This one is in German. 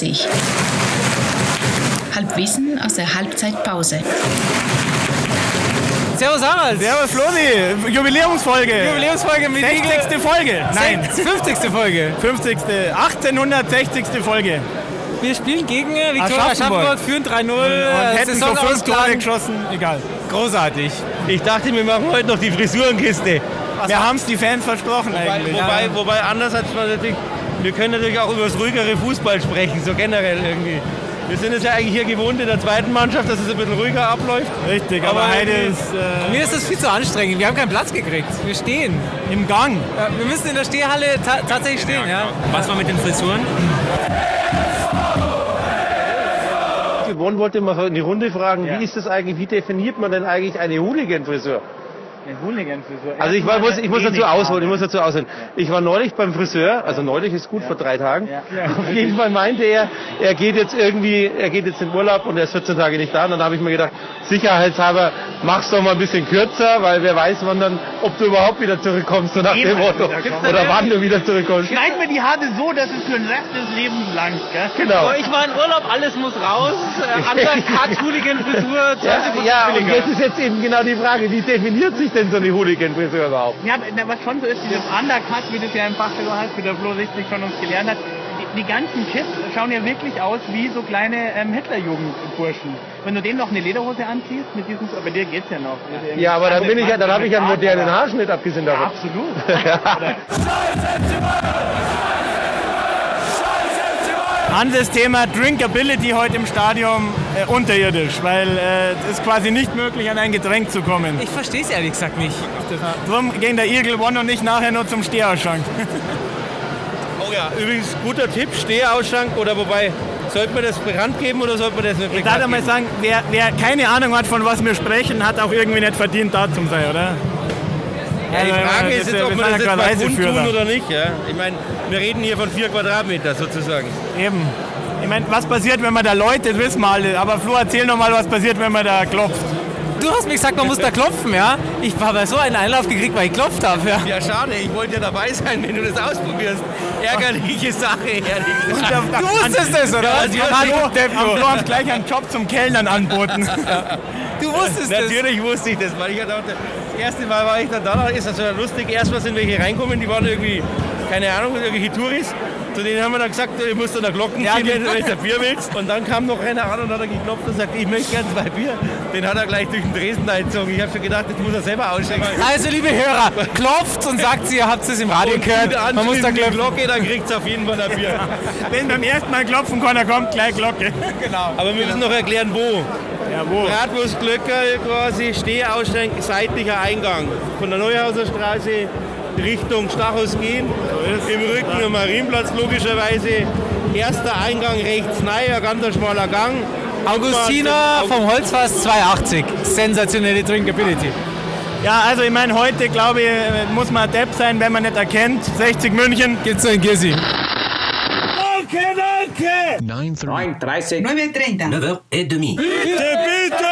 Gespräch. Halbwissen aus der Halbzeitpause. Servus Harald. Servus Flori, Jubiläumsfolge. Jubiläumsfolge mit 60. Folge. Nein, 50. Folge. 50. 1860. Folge. Wir spielen gegen äh, Viktoria Aschaffenburg. Aschaffenburg, führen 3-0. Und äh, hätten vor fünf Saisonausklang. Tore geschossen. Egal. Großartig. Ich dachte, wir machen heute noch die Frisurenkiste. Wir haben es die Fans versprochen Weil, eigentlich. wobei, wobei anders als man natürlich, wir können natürlich auch über das ruhigere Fußball sprechen, so generell irgendwie. Wir sind es ja eigentlich hier gewohnt in der zweiten Mannschaft, dass es ein bisschen ruhiger abläuft. Richtig, aber, Aber heute irgendwie- ist äh, Mir ist das viel zu anstrengend. Wir haben keinen Platz gekriegt. Wir stehen. im Gang. Ja, wir müssen in der Stehhalle ta tatsächlich stehen, ja. genau. Was war mit den Frisuren? Gewonnen wollte mal in die Runde fragen, wie ist das eigentlich, wie definiert man denn eigentlich eine Hooligan-Frisur? Also ich, war, muss, ich muss dazu ausholen, ich muss dazu ausholen. Ich war neulich beim Friseur, also neulich ist gut, vor drei Tagen. Auf jeden Fall meinte er, er geht jetzt irgendwie, er geht jetzt in Urlaub und er ist 14 Tage nicht da. Und dann habe ich mir gedacht, sicherheitshalber, mach's doch mal ein bisschen kürzer, weil wer weiß, wann dann, ob du überhaupt wieder zurückkommst, so nach dem Motto. Oder wann du wieder zurückkommst. Schneid mir die Haare so, dass es für den Rest des Lebens lang. Gell? Genau. Ich war in Urlaub, alles muss raus. Äh, Ansatz, Cartoonigan-Frisur, 20 Ja, ja, und das ist jetzt eben genau die Frage, wie definiert sich denn so eine Hooligan-Frisur überhaupt? Ja, aber was schon so ist, dieses Undercut, wie das ja im Fachbüro heißt, wie der Flo richtig von uns gelernt hat, die, die ganzen Kids schauen ja wirklich aus wie so kleine ähm, Hitlerjugendburschen. Wenn du denen noch eine Lederhose anziehst, mit diesem, bei dir geht's ja noch. Ja, aber dann bin ich ja, dann habe ich ja einen modernen Haarschnitt abgesehen davon. Absolut. Anderes Thema Drinkability heute im Stadion äh, unterirdisch, weil äh, es ist quasi nicht möglich, an ein Getränk zu kommen. Ich verstehe es ehrlich gesagt nicht. Drum gehen der Eagle One und ich nachher nur zum Steherausschank. Oh ja, übrigens guter Tipp, Stehausschank oder wobei, sollte man das bekannt geben oder sollte man das nicht Ich darf ja mal sagen, wer, wer keine Ahnung hat, von was wir sprechen, hat auch irgendwie nicht verdient, da zu sein, oder? äh, Ja, die Also, Frage das ist ist jetzt, ja- ob wir man das sind ja jetzt mal kundtun Reiseführer. oder nicht. Ja? Ich meine, wir reden hier von vier Quadratmeter sozusagen. Eben. Ich meine, was passiert, wenn man da läutet, wissen wir alle. Aber Flo, erzähl noch mal, was passiert, wenn man da klopft. Du hast mir gesagt, man muss da klopfen, ja. Ich habe so einen Einlauf gekriegt, weil ich klopft habe, ja. Ja, schade, ich wollte ja dabei sein, wenn du das ausprobierst. Ärgerliche Sache, ehrlich gesagt. Du wusstest es, oder? Ja, was? sie Am hat Mann, sich- Flo, am Flo hat gleich einen Job zum Kellnern anboten. du wusstest es. Natürlich wusste ich das, weil ich ja dachte, das erste Mal war ich dann da, da ist das ja lustig. Erstmal sind welche reinkommen, die waren irgendwie, keine Ahnung, irgendwelche Touris. Zu denen haben wir dann gesagt, du musst dann Glocken ziehen, Ja, genau. die- wenn du jetzt ein Bier willst. Und dann kam noch einer an und hat er geklopft und sagt, ich möchte gerne zwei Bier. Den hat er gleich durch den Dresden eingezogen. Ich habe schon gedacht, das muss er selber ausschenken. Also, liebe Hörer, klopft und sagt, ihr habt es im Radio gehört. Man muss da die klopfen. Glocke, dann kriegt es auf jeden Fall ein Bier. Wenn beim ersten Mal klopfen kann, dann kommt gleich Glocke. Aber wir müssen noch erklären, wo. Ja, wo? Bratwurst Glöckerl quasi, Stehaussteig, seitlicher Eingang. Von der Neuhauser Straße Richtung Stachus gehen, im Rücken am Marienplatz logischerweise. Erster Eingang rechts rein, ein ganz schmaler Gang. Augustiner vom Holzfass 280. Sensationelle Drinkability. Ja, also ich meine, heute, glaube ich, muss man adept sein, wenn man nicht erkennt. 60 München. Gibt's so in Gissi. 9.30.